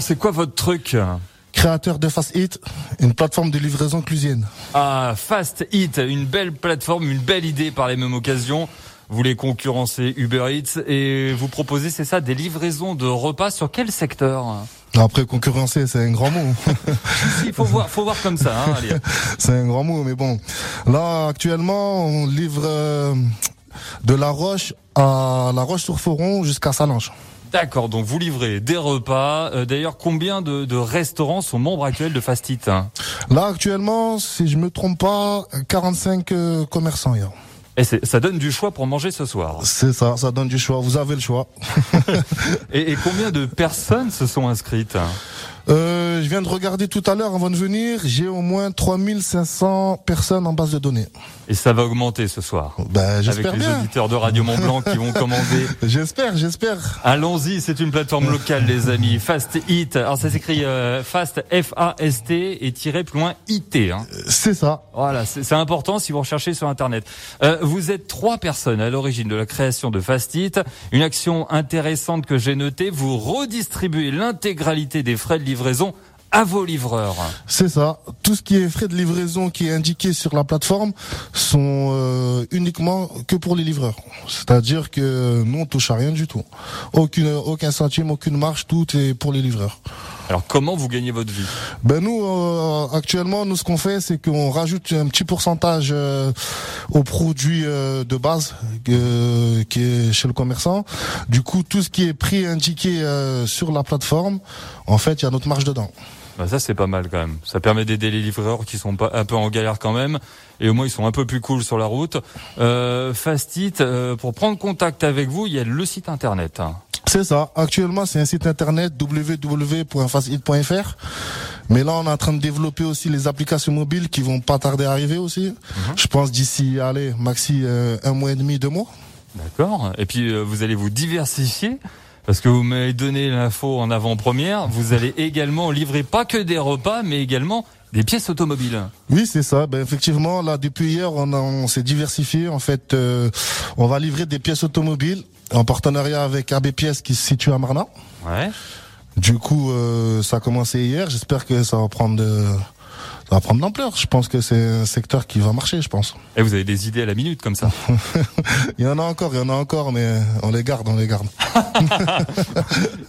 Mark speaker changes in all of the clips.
Speaker 1: C'est quoi votre truc
Speaker 2: Créateur de Fast Hit, une plateforme de livraison clusienne.
Speaker 1: Ah, Fast Hit, une belle plateforme, une belle idée par les mêmes occasions. Vous voulez concurrencer Uber Eats et vous proposez, c'est ça, des livraisons de repas sur quel secteur
Speaker 2: Après, concurrencer, c'est un grand mot.
Speaker 1: Il faut voir, faut voir comme ça. Hein, allez.
Speaker 2: c'est un grand mot, mais bon. Là, actuellement, on livre euh, de La Roche à La Roche-sur-Foron jusqu'à Salange.
Speaker 1: D'accord, donc vous livrez des repas. Euh, D'ailleurs, combien de, de restaurants sont membres actuels de Fast Eat hein
Speaker 2: Là, actuellement, si je me trompe pas, 45 euh, commerçants, hier.
Speaker 1: Et c'est- ça donne du choix pour manger ce soir.
Speaker 2: C'est ça, ça donne du choix. Vous avez le choix.
Speaker 1: Et, et combien de personnes se sont inscrites hein
Speaker 2: Euh, je viens de regarder tout à l'heure avant de venir. J'ai au moins 3500 personnes en base de données.
Speaker 1: Et ça va augmenter ce soir.
Speaker 2: Ben,
Speaker 1: Avec
Speaker 2: j'espère
Speaker 1: les
Speaker 2: bien.
Speaker 1: auditeurs de Radio Mont Blanc qui vont commander
Speaker 2: J'espère, j'espère.
Speaker 1: Allons-y, c'est une plateforme locale, les amis. Fast Hit. Alors ça s'écrit euh, Fast F A S T et tiré plus loin I T. hein.
Speaker 2: C'est ça.
Speaker 1: Voilà, c'est c'est important si vous recherchez sur internet. Euh, vous êtes trois personnes à l'origine de la création de Fast Hit. Une action intéressante que j'ai notée vous redistribuez l'intégralité des frais de livraison à vos livreurs.
Speaker 2: C'est ça. Tout ce qui est frais de livraison qui est indiqué sur la plateforme sont euh, uniquement que pour les livreurs. C'est-à-dire que nous on touche à rien du tout. Aucune, aucun centime, aucune marge, tout est pour les livreurs.
Speaker 1: Alors comment vous gagnez votre vie
Speaker 2: Ben nous euh, actuellement nous ce qu'on fait c'est qu'on rajoute un petit pourcentage euh, aux produits euh, de base euh, qui est chez le commerçant. Du coup tout ce qui est prix indiqué euh, sur la plateforme, en fait il y a notre marge dedans.
Speaker 1: Bah, Ça c'est pas mal quand même. Ça permet d'aider les livreurs qui sont pas un peu en galère quand même. Et au moins ils sont un peu plus cool sur la route. Euh, Fast Hit, euh, pour prendre contact avec vous, il y a le site internet. hein.
Speaker 2: C'est ça. Actuellement, c'est un site internet www.facile.fr. Mais là, on est en train de développer aussi les applications mobiles qui vont pas tarder à arriver aussi. Je pense d'ici, allez, maxi euh, un mois et demi, deux mois.
Speaker 1: D'accord. Et puis euh, vous allez vous diversifier parce que vous m'avez donné l'info en avant-première. Vous allez également livrer pas que des repas, mais également des pièces automobiles.
Speaker 2: Oui, c'est ça. Ben effectivement, là depuis hier, on, a- on s'est diversifié. En fait, euh, on va livrer des pièces automobiles en partenariat avec AB Pièces qui se situe à Marna.
Speaker 1: Ouais.
Speaker 2: Du coup, euh, ça a commencé hier. J'espère que ça va prendre, de, ça va prendre de l'ampleur. Je pense que c'est un secteur qui va marcher. Je pense.
Speaker 1: Et vous avez des idées à la minute comme ça.
Speaker 2: Il y en a encore, il y en a encore, mais on les garde, on les garde.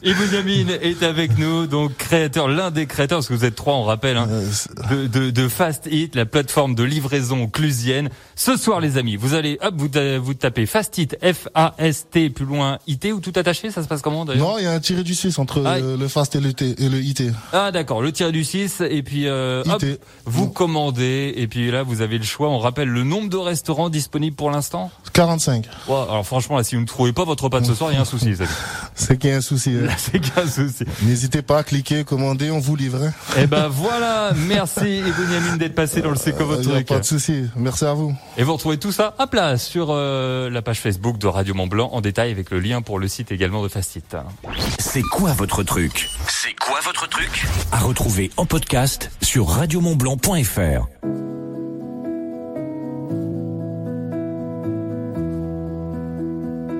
Speaker 1: Et Benjamin est avec nous, donc créateur, l'un des créateurs, parce que vous êtes trois, on rappelle. hein.
Speaker 2: Euh, c'est-
Speaker 1: de, de, de Fast Hit, la plateforme de livraison clusienne. Ce soir, les amis, vous allez, hop, vous, ta- vous tapez Fast Hit, F-A-S-T, plus loin, IT, ou tout attaché, ça se passe comment d'ailleurs
Speaker 2: Non, il y a un tiré du 6 entre
Speaker 1: Aïe.
Speaker 2: euh, le fast et le, T- et le IT.
Speaker 1: Ah d'accord, le tiré du 6, et puis euh, hop,
Speaker 2: IT.
Speaker 1: vous
Speaker 2: Non.
Speaker 1: commandez, et puis là, vous avez le choix, on rappelle le nombre de restaurants disponibles pour l'instant.
Speaker 2: 45.
Speaker 1: Ouais, alors franchement, là, si vous ne trouvez pas votre repas de ce soir, il y a un souci, les amis.
Speaker 2: C'est qu'il y a un souci. euh.
Speaker 1: Là, c'est qu'un souci.
Speaker 2: N'hésitez pas à cliquer, commander, on vous livre. hein.
Speaker 1: Eh ben voilà, merci Eboniamine d'être passé dans le C'est quoi
Speaker 2: Euh,
Speaker 1: votre
Speaker 2: y a
Speaker 1: truc
Speaker 2: pas de souci. Merci à vous.
Speaker 1: Et vous retrouvez tout ça, hop là, sur euh, la page Facebook de Radio Mont Blanc en détail avec le lien pour le site également de Fastit.
Speaker 3: C'est quoi votre truc
Speaker 4: C'est quoi votre truc
Speaker 3: À retrouver en podcast sur radiomontblanc.fr.